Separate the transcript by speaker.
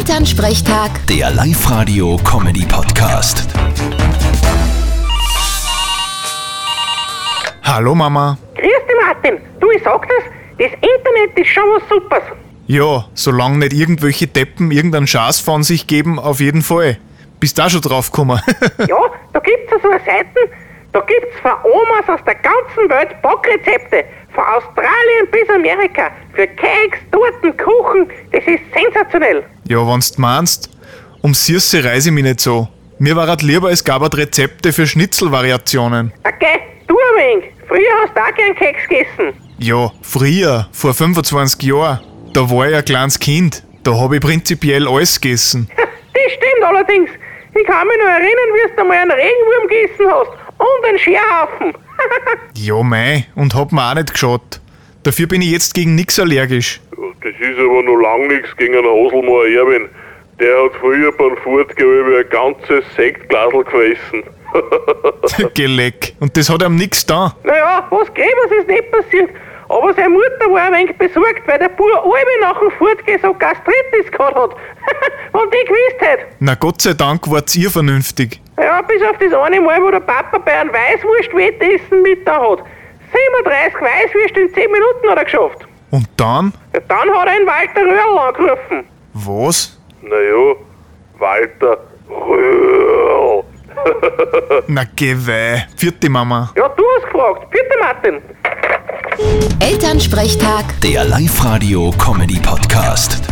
Speaker 1: Elternsprechtag,
Speaker 2: Der Live-Radio-Comedy-Podcast.
Speaker 3: Hallo Mama.
Speaker 4: Grüß dich, Martin. Du, ich sag das, das Internet ist schon was Supers.
Speaker 3: Ja, solange nicht irgendwelche Deppen irgendeinen Schaß von sich geben, auf jeden Fall. Bist da schon drauf gekommen?
Speaker 4: Ja, da gibt's ja so eine Seite, da gibt's von Omas aus der ganzen Welt Backrezepte. Von Australien bis Amerika. Für Keks, Torten, Kuchen. Das ist sensationell.
Speaker 3: ja, wenn's meinst. Um Sirse reise ich mich nicht so. Mir war halt lieber, es gab halt Rezepte für Schnitzelvariationen.
Speaker 4: Okay, du ein wenig. Früher hast du auch gern Keks gegessen.
Speaker 3: Ja, früher, vor 25 Jahren, da war ich ein kleines Kind. Da habe ich prinzipiell alles gegessen.
Speaker 4: Das stimmt allerdings. Ich kann mich noch erinnern, wie du einmal einen Regenwurm gegessen hast. Und einen Scherhaufen.
Speaker 3: Ja, mei, und hab mir auch nicht geschaut. Dafür bin ich jetzt gegen nix allergisch.
Speaker 5: Das ist aber noch lang nichts gegen einen Haselmauer Erwin. Der hat früher beim Fortgewölbe ein ganzes Sektglasel gefressen.
Speaker 3: Geleck. Und das hat ihm nix da.
Speaker 4: Naja, was Gräbers ist nicht passiert. Aber seine Mutter war ein wenig besorgt, weil der Bub alle nach dem Fortgehen so Gastritis gehabt hat. Und die gewusst hätte.
Speaker 3: Na Gott sei Dank wart's ihr vernünftig.
Speaker 4: Ja, bis auf das eine Mal, wo der Papa bei einem Weißwurst-Wettessen mit da hat. 37 Weißwürste in 10 Minuten hat er geschafft.
Speaker 3: Und dann?
Speaker 4: Ja, Dann hat er einen Walter Röhrl angerufen.
Speaker 3: Was?
Speaker 5: Naja, Walter Röhrl.
Speaker 3: Na geh weh. Vierte Mama.
Speaker 4: Ja, du hast gefragt. Bitte, Martin.
Speaker 1: Elternsprechtag.
Speaker 2: Der Live-Radio-Comedy-Podcast.